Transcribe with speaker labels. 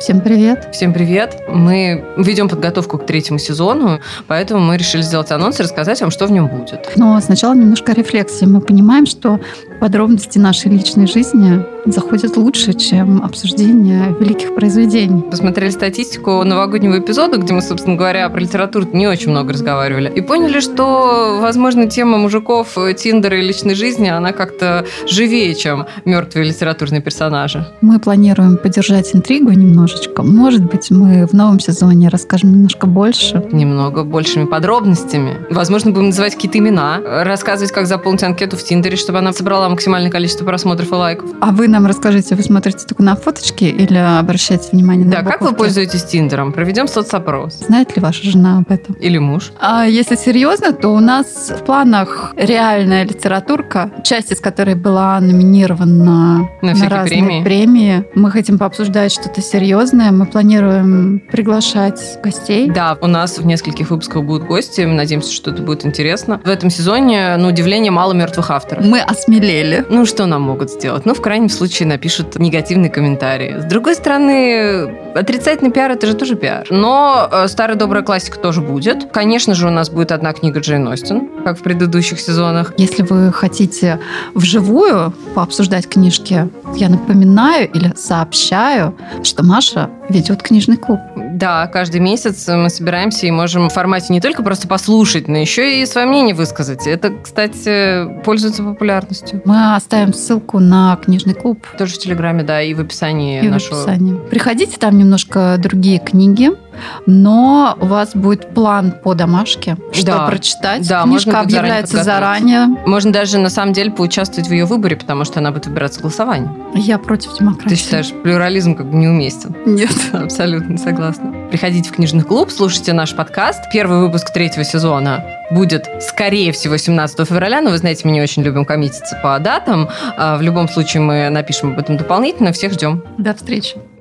Speaker 1: Всем привет.
Speaker 2: Всем привет. Мы ведем подготовку к третьему сезону, поэтому мы решили сделать анонс и рассказать вам, что в нем будет.
Speaker 1: Но сначала немножко рефлексии. Мы понимаем, что подробности нашей личной жизни заходят лучше, чем обсуждение великих произведений.
Speaker 2: Посмотрели статистику новогоднего эпизода, где мы, собственно говоря, про литературу не очень много разговаривали, и поняли, что, возможно, тема мужиков, э, Тиндера и личной жизни, она как-то живее, чем мертвые литературные персонажи.
Speaker 1: Мы планируем поддержать интригу немножечко. Может быть, мы в новом сезоне расскажем немножко больше.
Speaker 2: Немного большими подробностями. Возможно, будем называть какие-то имена, рассказывать, как заполнить анкету в Тиндере, чтобы она собрала максимальное количество просмотров и лайков.
Speaker 1: А вы нам расскажите, вы смотрите только на фоточки или обращаете внимание на
Speaker 2: Да,
Speaker 1: буковки?
Speaker 2: как вы пользуетесь Тиндером? Проведем соцопрос.
Speaker 1: Знает ли ваша жена об этом?
Speaker 2: Или муж.
Speaker 1: А если серьезно, то у нас в планах реальная литературка, часть из которой была номинирована
Speaker 2: На
Speaker 1: на
Speaker 2: всякие
Speaker 1: разные
Speaker 2: премии.
Speaker 1: премии. Мы хотим пообсуждать что-то серьезное. Мы планируем приглашать гостей.
Speaker 2: Да, у нас в нескольких выпусках будут гости. Мы надеемся, что это будет интересно. В этом сезоне, на удивление, мало мертвых авторов.
Speaker 1: Мы осмелели.
Speaker 2: Ну, что нам могут сделать? Ну, в крайнем случае, напишут негативный комментарий. С другой стороны, отрицательный пиар – это же тоже пиар. Но э, старая добрая классика тоже будет. Конечно же, у нас будет одна книга Джейн Остин, как в предыдущих сезонах.
Speaker 1: Если вы хотите вживую пообсуждать книжки, я напоминаю или сообщаю, что Маша ведет книжный клуб.
Speaker 2: Да, каждый месяц мы собираемся и можем в формате не только просто послушать, но еще и свое мнение высказать. Это, кстати, пользуется популярностью.
Speaker 1: Мы оставим ссылку на книжный клуб
Speaker 2: Тоже в Телеграме, да, и в описании
Speaker 1: И в
Speaker 2: нашего...
Speaker 1: описании. Приходите, там немножко другие книги, но у вас будет план по домашке, что
Speaker 2: Да.
Speaker 1: прочитать.
Speaker 2: Да, можно
Speaker 1: Книжка
Speaker 2: будет заранее
Speaker 1: объявляется
Speaker 2: подготовиться.
Speaker 1: заранее.
Speaker 2: Можно даже, на самом деле, поучаствовать в ее выборе, потому что она будет выбираться голосованием.
Speaker 1: Я против демократии.
Speaker 2: Ты считаешь, плюрализм как бы неуместен.
Speaker 1: Нет.
Speaker 2: Абсолютно согласна. Приходите в книжный клуб, слушайте наш подкаст. Первый выпуск третьего сезона будет, скорее всего, 17 февраля, но вы знаете, мы не очень любим коммититься по датам. А В любом случае, мы напишем об этом дополнительно. Всех ждем.
Speaker 1: До встречи.